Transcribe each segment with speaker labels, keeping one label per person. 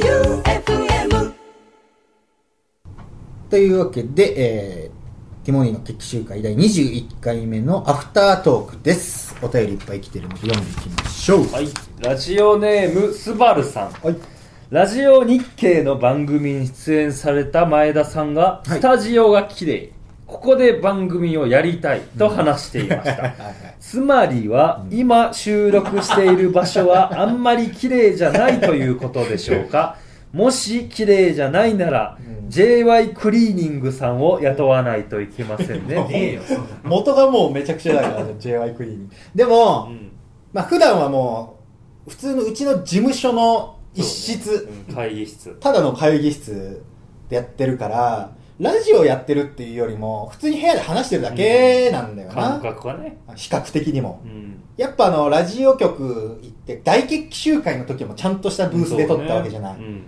Speaker 1: J-O-E-U-F-M
Speaker 2: というわけで、えー、ティモニーの決起集会第21回目のアフタートークです。お便りいっぱい来てるので読んでいきましょう。
Speaker 3: はい、ラジオネームスバルさん
Speaker 2: はい。
Speaker 3: ラジオ日経の番組に出演された前田さんが、
Speaker 2: はい
Speaker 3: スタジオが綺麗ここで番組をやりたいと話していました、つまりは、今収録している場所はあんまり綺麗じゃないということでしょうかもし綺麗じゃないなら、JY クリーニングさんを雇わないといけませんね
Speaker 4: 元がもうめちゃくちゃだからね JY クイーンに
Speaker 2: でも、
Speaker 3: うん
Speaker 2: まあ普段はもう、普通のうちの事務所の一室、
Speaker 3: うん会議室
Speaker 2: ただの会議室でやってるから、ラジオやってるっていうよりも、普通に部屋で話してるだけなんだよな。
Speaker 3: 感覚がね、
Speaker 2: 比較的にも
Speaker 3: う。ん、
Speaker 2: やっぱあの、ラジオ局行って、大決起集会の時もちゃんとしたブースで撮ったわけじゃない。
Speaker 3: そうねうん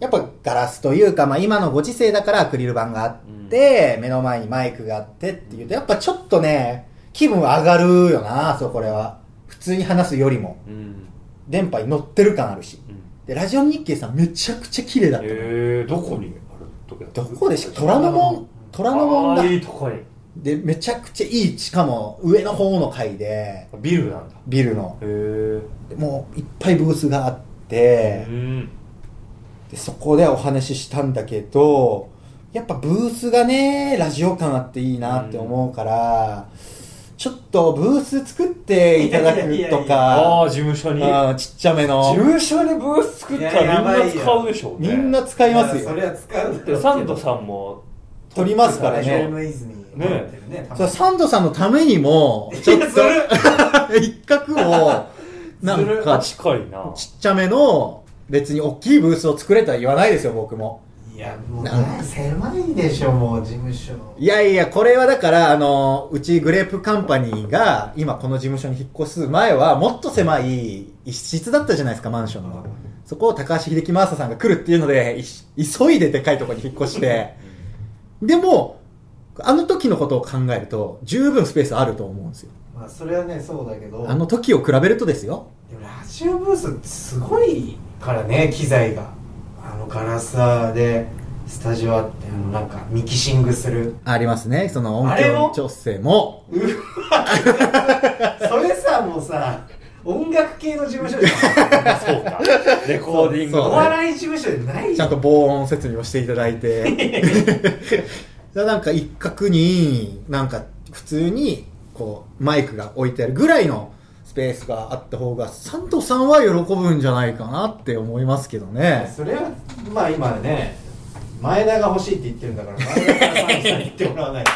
Speaker 2: やっぱガラスというか、まあ今のご時世だからアクリル板があって、目の前にマイクがあってっていうと、やっぱちょっとね、気分上がるよな、そうこれは。普通に話すよりも、
Speaker 3: うん
Speaker 2: 電波に乗ってる感あるし。
Speaker 3: うん
Speaker 2: で、ラジオ日経さんめちゃくちゃ綺麗だった。
Speaker 3: えー、どこにあるとこやった
Speaker 2: どこでしょ虎ノ門虎ノ門
Speaker 3: あ
Speaker 2: だ
Speaker 3: ー。いいとこに
Speaker 2: で、めちゃくちゃいい、しかも上の方の階で、
Speaker 3: ビルなんだ
Speaker 2: ビルの、
Speaker 3: へえ
Speaker 2: もういっぱいブースがあって、
Speaker 3: うん
Speaker 2: でそこでお話ししたんだけどやっぱブースがねラジオ感あっていいなって思うから、ちょっとブース作っていただくと
Speaker 3: あ
Speaker 2: か
Speaker 3: あ事務所に
Speaker 2: うんちっちゃめ
Speaker 3: 事
Speaker 2: の
Speaker 3: 務所にブース作った
Speaker 4: いや
Speaker 3: ら
Speaker 4: や
Speaker 3: みん
Speaker 4: ばいよ
Speaker 3: な使うでしょう
Speaker 2: み
Speaker 3: ね
Speaker 2: んな使いますよ
Speaker 4: それは使う
Speaker 3: でサンドさんも
Speaker 2: 撮りますから
Speaker 4: ジョー
Speaker 2: ね
Speaker 4: ムイズに
Speaker 3: ね
Speaker 4: ね
Speaker 2: そうサンドさんのためにもちょっと 一角をなんかち
Speaker 3: 近いな
Speaker 2: ちっちゃめの別に大きいブースを作れとは言わないですよ僕も
Speaker 4: いやもう
Speaker 2: な
Speaker 4: ね狭いでしょもう事務所
Speaker 2: いやいや、これはだから、あの、うちグレープカンパニーが、今この事務所に引っ越す前は、もっと狭い一室だったじゃないですか、マンションの。そこを高橋秀樹マーサさんが来るっていうので、い急いででかいところに引っ越して、でも、あの時のことを考えると、十分スペースあると思うんですよ。
Speaker 4: まあそれはねそうだけど
Speaker 2: あの時を比べるとですよ。
Speaker 4: でもラジオブースってすごいからね機材があのガラスでスタジオあってあのなんかミキシングする
Speaker 2: ありますね、その音
Speaker 4: あれ
Speaker 2: 響
Speaker 4: も
Speaker 2: 調整も。
Speaker 4: それさもうさ音楽系の事務所じ ゃん
Speaker 3: そうかレコーディング
Speaker 2: そう
Speaker 4: お
Speaker 3: と
Speaker 2: そう
Speaker 3: か
Speaker 4: 笑い事務所じゃない
Speaker 2: ちゃんと防音設備をしていただいて。だなんか一角に、なんか普通に、こう、マイクが置いてあるぐらいのスペースがあった方が、サントさんは喜ぶんじゃないかなって思いますけど ね。
Speaker 4: それはまあ今ね前田が欲しいって言ってるんだから前田からサンドさんに言ってもらわないと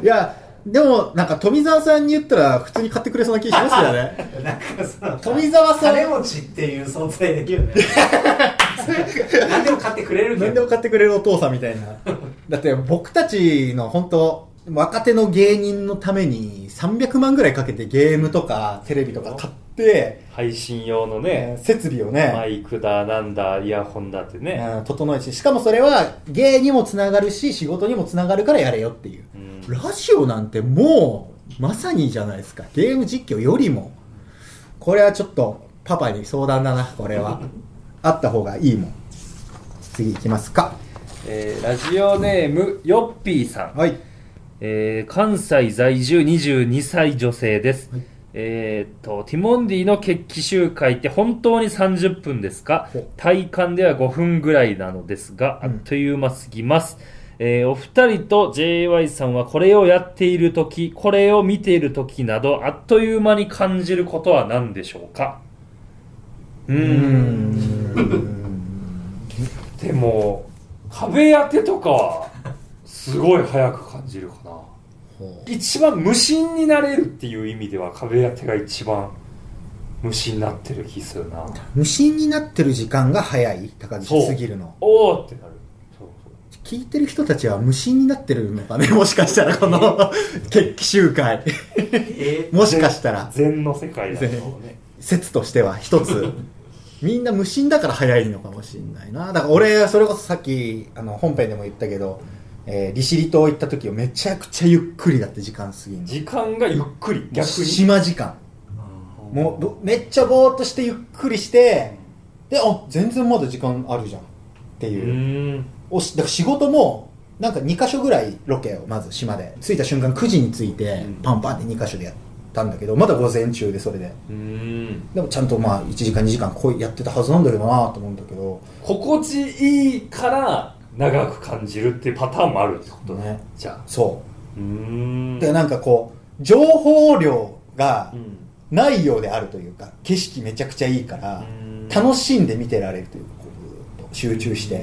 Speaker 2: いや、でもなんか富澤さんに言ったら普通に買ってくれそうな気しますよ ね。
Speaker 4: なんかさ
Speaker 2: 富澤さん
Speaker 4: 金持ちっていう存在できるね何でも買ってくれるけ
Speaker 2: 何で
Speaker 4: ど
Speaker 2: も買ってくれるお父さんみたいな。だって僕たちの本当若手の芸人のために300万ぐらいかけてゲームとかテレビとか買って、
Speaker 3: 配信用の
Speaker 2: え
Speaker 3: ね
Speaker 2: ー設備を
Speaker 3: マ
Speaker 2: ね、
Speaker 3: イクだなんだイヤホンだってね
Speaker 2: うん整えてしかもそれは芸にもつながるし仕事にもつながるからやれよっていう
Speaker 3: うん
Speaker 2: ラジオなんてもうまさにじゃないですかゲーム実況よりもこれはちょっとパパに相談だなこれは あった方がいいもん次いきますか
Speaker 3: えーラジオネームヨッピーさん
Speaker 2: はい
Speaker 3: えー関西在住22歳女性です、
Speaker 2: はい
Speaker 3: えーっとティモンディの決起集会って本当に30分ですか
Speaker 2: ほ
Speaker 3: 体感では5分ぐらいなのですがあ
Speaker 2: うん
Speaker 3: っという間すぎます、えーお二人と JY さんはこれをやっている時これを見ている時などあっという間に感じることは何でしょうかうー
Speaker 2: うー
Speaker 3: ん
Speaker 2: ん
Speaker 3: でも壁当てとかはすごい早く感じるかな
Speaker 2: ほう
Speaker 3: 一番無心になれるっていう意味では壁当てが一番無心になってる気するな
Speaker 2: 無心になってる時間が早い高橋すぎるの
Speaker 3: おおってなるそう
Speaker 2: 聞いてる人たちは無心になってるのかねもしかしたらこ の決起集会
Speaker 4: え
Speaker 2: もしかしたら
Speaker 3: 禅の世界だとね
Speaker 2: 説としては一 つみんな無心だから早いのかもしれないなだから俺それこそさっきあの本編でも言ったけど、えー利尻島行った時はめちゃくちゃゆっくりだって時間過ぎんの
Speaker 3: 時間がゆっくり逆に
Speaker 2: 島時間もうどめっちゃぼーっとしてゆっくりしてであ全然まだ時間あるじゃんって
Speaker 3: う
Speaker 2: いう、
Speaker 3: ーん
Speaker 2: おしだから仕事もなんか2か所ぐらいロケをまず島で着いた瞬間9時に着いて
Speaker 3: うん
Speaker 2: パンパンって2か所でやったんだけどまだ午前中でそれで
Speaker 3: うーん
Speaker 2: でもちゃんとまあ1時間2時間こうやってたはずなんだけどなと思うんだけど
Speaker 3: 心地いいから長く感じるっていうパターンもあるってことね
Speaker 2: ね
Speaker 3: じゃあ
Speaker 2: そうう、
Speaker 3: ーん
Speaker 2: でなんかこう情報量が
Speaker 3: うん
Speaker 2: ないようであるというか景色めちゃくちゃいいから楽しんで見てられるというかこうずっと集中して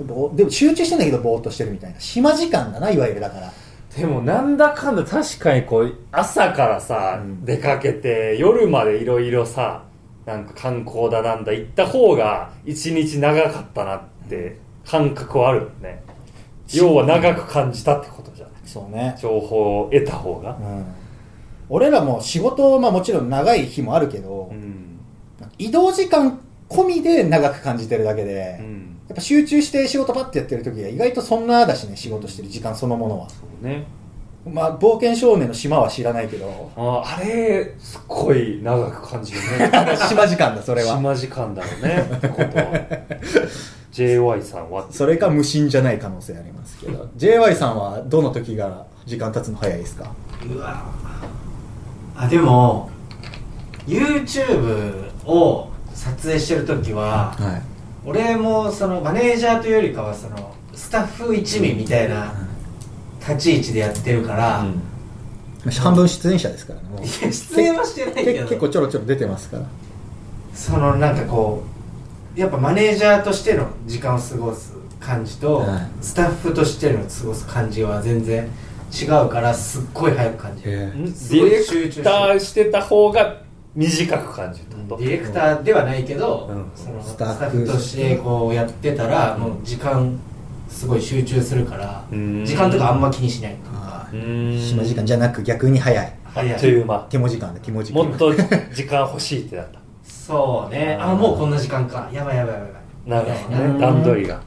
Speaker 3: うん
Speaker 2: ぼでも集中してんだけどぼーっとしてるみたいな島時間だないわゆるだから
Speaker 3: でもなんだかんだ確かにこう朝からさ、
Speaker 2: うん
Speaker 3: 出かけて夜までいろいろさなんか観光だなんだ行った方が一日長かったなって感覚はあるよね要は長く感じたってことじゃない
Speaker 2: そうね
Speaker 3: 情報を得た方が
Speaker 2: うん俺らも仕事、まあ、もちろん長い日もあるけど、
Speaker 3: うん
Speaker 2: 移動時間込みで長く感じてるだけで、や
Speaker 3: うん
Speaker 2: っぱ集中して仕事パッてやってる時は意外とそんなだしね仕事してる時間そのものは、
Speaker 3: そうね
Speaker 2: まあ、冒険少年の島は知らないけ ど
Speaker 3: ああれすっごい長く感じるね
Speaker 2: 島時間だ それは
Speaker 3: 島時間だろうねってこと は JY さんは
Speaker 2: それか無心じゃない可能性ありますけど JY さんはどの時が時間経つの早いですか
Speaker 5: うわあでも YouTube を撮影してる時は
Speaker 2: はい
Speaker 5: 俺もそのマネージャーというよりかはそのスタッフ一味みたいな立ち位置でやってるから、い
Speaker 2: 半分出演者ですからねもう
Speaker 5: や出演はしてない
Speaker 2: け
Speaker 5: けど
Speaker 2: 結構ちょろちょろ出てますから
Speaker 5: そのなんかこうやっぱマネージャーとしての時間を過ごす感じと、
Speaker 2: はい
Speaker 5: スタッフとしての過ごす感じは全然違うからすっごい早く感じる、
Speaker 2: え
Speaker 3: んデ
Speaker 5: すご
Speaker 3: ィ
Speaker 5: い
Speaker 3: レ
Speaker 5: 集中して
Speaker 3: クターしてた方が短く感じるって
Speaker 5: うん
Speaker 3: こ
Speaker 5: デ
Speaker 3: と
Speaker 5: ィレクターではないけど、
Speaker 3: うん
Speaker 5: その
Speaker 2: ス
Speaker 5: ス
Speaker 2: タ
Speaker 5: タ
Speaker 2: ッフ
Speaker 5: ッフとしてこうやってたら、
Speaker 3: うん
Speaker 5: もう時間すごい集中するから、
Speaker 3: うん
Speaker 5: 時間とかあんま気にしない
Speaker 2: は
Speaker 3: う
Speaker 2: い
Speaker 3: ーん
Speaker 2: 島時間じゃなく逆に早い
Speaker 5: あ
Speaker 3: あっという間
Speaker 2: 手も時間で気持ち
Speaker 3: もっと時間欲しいってなった
Speaker 5: そうねあもうこんな時間かやばいやばいやばい
Speaker 3: なるほど
Speaker 5: うん
Speaker 3: ね段取りが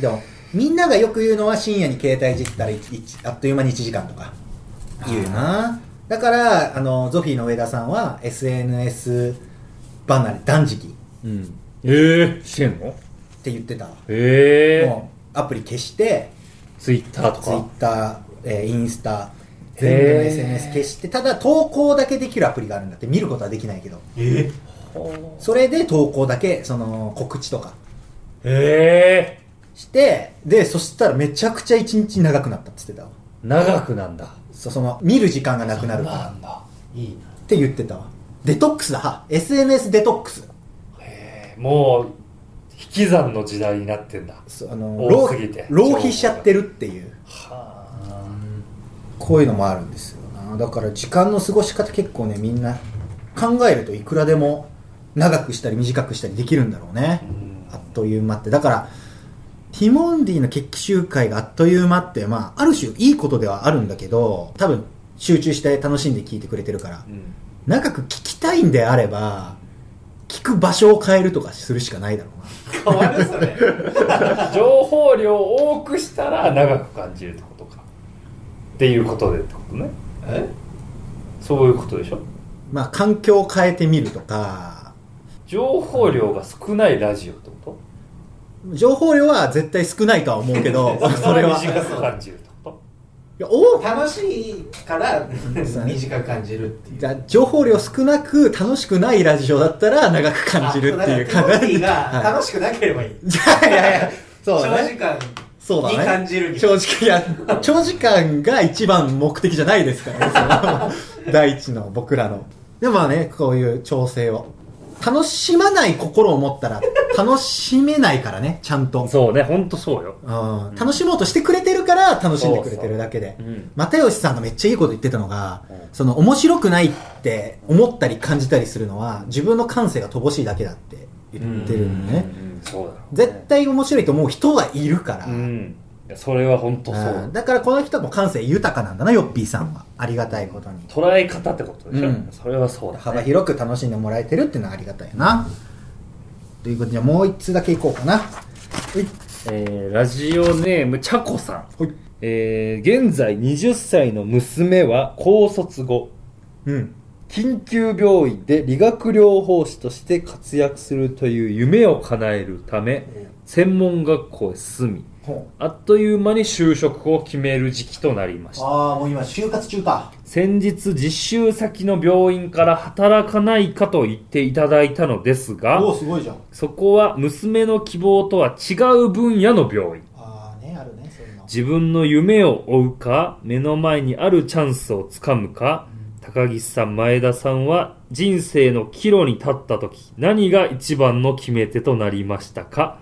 Speaker 2: でもみんながよく言うのは深夜に携帯いじったらいちいちあっという間に1時間とか言うなだからあのゾフィーの上田さんは SNS 離れ断食っ
Speaker 6: うんええしてんの
Speaker 2: て言ってた
Speaker 6: ええ
Speaker 2: もうアプリ消して
Speaker 6: ツイッターと
Speaker 2: ツイッ
Speaker 6: か
Speaker 2: ター、えーインスタ全部の
Speaker 6: へー
Speaker 2: SNS 消してただ投稿だけできるアプリがあるんだって見ることはできないけど
Speaker 5: え
Speaker 2: それで投稿だけその告知とか
Speaker 6: ええ
Speaker 2: してでそしたらめちゃくちゃ一日長くなったって言ってたわ
Speaker 6: 長くなんだ
Speaker 2: そその見る時間がなくなるから
Speaker 6: んだ
Speaker 5: いい
Speaker 2: って言ってたわデトックスだ SNS デトックス
Speaker 3: へえもう引き算の時代になってんだ
Speaker 2: そうあの
Speaker 3: 多すぎて
Speaker 2: 浪浪費しちゃってるっていう
Speaker 3: は
Speaker 2: こういうのもあるんですよなだから時間の過ごし方結構ねみんな考えるといくらでも長くしたり短くしたりできるんだろうね
Speaker 3: あうん
Speaker 2: あっという間ってだからティモンディの決起集会があっという間って、まあ、ある種いいことではあるんだけど多分集中して楽しんで聞いてくれてるから
Speaker 3: うん
Speaker 2: 長く聞きたいんであれば聞く場所を変えるとかするしかないだろうな
Speaker 5: 変わる それ
Speaker 3: 情報量を多くしたら長く感じるってことかっていうことでってことね
Speaker 5: え
Speaker 3: そういうことでしょ
Speaker 2: まあ、環境を変えてみるとか、
Speaker 3: 情報量が少ないラジオってこと
Speaker 2: 情報量は絶対少ないとは思うけ ど、それは。い
Speaker 3: 短く感じるってこ
Speaker 2: や、多く
Speaker 5: 楽しいから
Speaker 2: そうね
Speaker 5: 短く感じるっていう
Speaker 2: じゃあ情報量少なく楽しくないラジオだったら長く感じるっていう
Speaker 5: あそうだからティモンディ
Speaker 2: は
Speaker 5: が
Speaker 2: い
Speaker 5: 楽しくなければいい、
Speaker 2: いや いやいや、そうだ
Speaker 5: 長時
Speaker 2: ね。
Speaker 5: 間
Speaker 2: そうだね。
Speaker 5: に感じるに
Speaker 2: 長時間、い や、長時間が一番目的じゃないですからね、その 第一の僕らの。でもまあね、こういう調整を。楽しまない心を持ったら、楽しめないからね、ちゃんと
Speaker 3: と。そうね本当そうよ
Speaker 2: うん楽しもうとしてくれてるから楽しんでくれてるだけで
Speaker 3: そうそううん
Speaker 2: 又吉さんがめっちゃいいこと言ってたのが、
Speaker 3: うん
Speaker 2: その面白くないって思ったり感じたりするのは自分の感性が乏しいだけだって言ってるのね、
Speaker 3: うんそうだろうね
Speaker 2: 絶対面白いと思う人がいるから、
Speaker 3: うんいやそれは本当そううん
Speaker 2: だからこの人も感性豊かなんだなヨッピーさんはありがたいことに
Speaker 3: 捉え方ってことでしょ、
Speaker 2: うん
Speaker 3: それはそうだね
Speaker 2: 幅広く楽しんでもらえてるっていうのはありがたいよなということでじゃあもう一通だけいこうかなはい
Speaker 6: えーラジオネームちゃこさん、
Speaker 2: はい
Speaker 6: えー現在20歳の娘は高卒後
Speaker 2: うん
Speaker 3: 緊急病院で理学療法士として活躍するという夢を叶えるため専門学校へ進みあっという間に就職を決める時期となりました
Speaker 2: ああもう今就活中か
Speaker 3: 先日実習先の病院から働かないかと言っていただいたのですが
Speaker 2: おおすごいじゃん
Speaker 3: そこは娘の希望とは違う分野の病院
Speaker 2: ああねあるねそういうの
Speaker 3: 自分の夢を追うか目の前にあるチャンスをつかむか高岸さん前田さんは人生の岐路に立った時何が一番の決め手となりましたか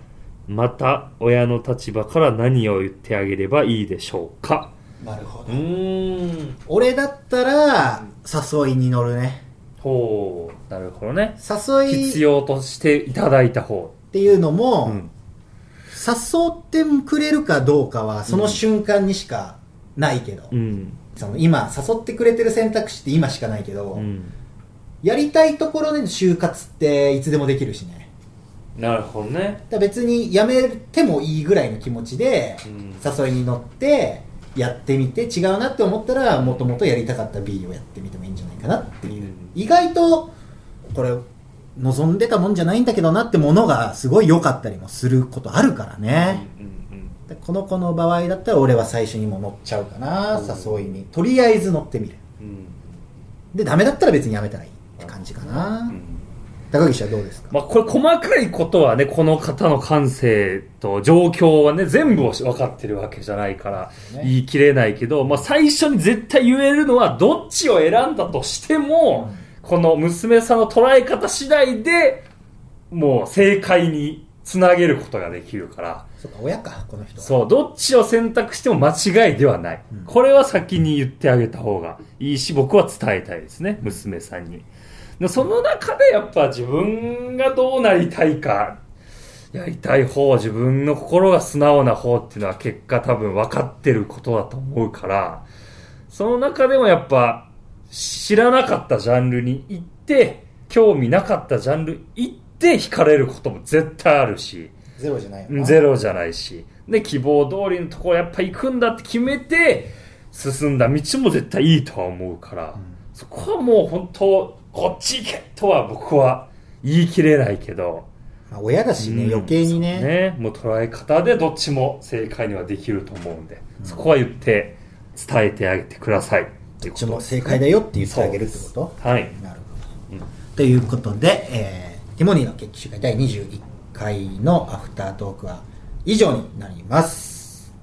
Speaker 3: また親の立場から何を言ってあげればいいでしょうか
Speaker 2: なるほど、
Speaker 3: ん
Speaker 2: 俺だったら誘いに乗るね
Speaker 3: ほうなるほどね
Speaker 2: 誘い
Speaker 3: 必要としていただいた方
Speaker 2: っていうのも、
Speaker 3: うん
Speaker 2: 誘ってくれるかどうかはその瞬間にしかないけど、
Speaker 3: うん
Speaker 2: その今誘ってくれてる選択肢って今しかないけど、
Speaker 3: うん
Speaker 2: やりたいところでの就活っていつでもできるしね
Speaker 3: なるほどね
Speaker 2: だから別にやめてもいいぐらいの気持ちで
Speaker 3: うん
Speaker 2: 誘いに乗ってやってみて違うなって思ったらもともとやりたかった B をやってみてもいいんじゃないかなっていう、
Speaker 3: うん
Speaker 2: 意外とこれ望んでたもんじゃないんだけどなってものがすごい良かったりもすることあるから
Speaker 3: うん
Speaker 2: ね、
Speaker 3: うん
Speaker 2: でこの子の場合だったら俺は最初にも乗っちゃうかな、
Speaker 3: うん
Speaker 2: 誘いにとりあえず乗ってみる
Speaker 3: うんうん
Speaker 2: でダメだったら別にやめたらいいって感じかな、高岸はどうですか、
Speaker 3: まあ、これ細かいことはね、この方の感性と状況はね、全部を分かってるわけじゃないから、
Speaker 2: ね
Speaker 3: 言い切れないけど、まあ、最初に絶対言えるのは、どっちを選んだとしても、この娘さんの捉え方次第で、もう正解につなげることができるから、
Speaker 2: そうか親かこの人は
Speaker 3: そう、どっちを選択しても間違いではない。
Speaker 2: うん
Speaker 3: これは先に言ってあげた方がいいし、僕は伝えたいですね、娘さんに。でその中でやっぱ自分がどうなりたいか、やりたい方、自分の心が素直な方っていうのは結果多分分かってることだと思うから、その中でもやっぱ知らなかったジャンルに行って、興味なかったジャンル行って惹かれることも絶対あるし、
Speaker 2: ゼロじゃないよ
Speaker 3: う
Speaker 2: なん
Speaker 3: ゼロじゃないし。で、希望通りのところやっぱ行くんだって決めて、進んだ道も絶対いいとは思うから、そこはもう本当、こっち行けとは僕は言い切れないけど、
Speaker 2: まあ、親だしね、
Speaker 3: うん
Speaker 2: 余計にね
Speaker 3: そうもう捉え方でどっちも正解にはできると思うんで、そこは言って、伝えてあげてください。
Speaker 2: どっちも正解だよって言ってあげるってこ
Speaker 3: そう
Speaker 2: と
Speaker 3: ですはい。
Speaker 2: なるほ
Speaker 3: うん
Speaker 2: ど、ということで、えー、ティモニーの決起集会第21回のアフタートークは以上になります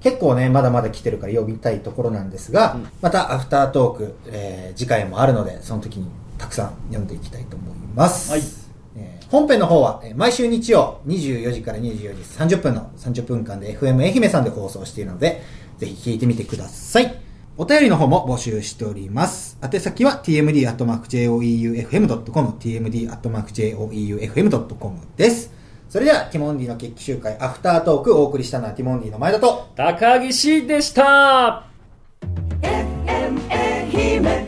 Speaker 2: 結構ねまだまだ来てるから読みたいところなんですが、またアフタートーク、えー次回もあるのでその時にたくさん読んでいきたいと思います、
Speaker 3: はい
Speaker 2: えー本編の方はえー毎週日曜24時から24時30分の30分間で FM 愛媛さんで放送しているので、ぜひ聞いてみてください。お便りの方も募集しております。宛先は tmd.joeufm.com、tmd.joeufm.com です。それでは、ティモンディの決起集会アフタートークお送りしたのはティモンディの前田と、
Speaker 3: 高岸でした
Speaker 1: FM 愛媛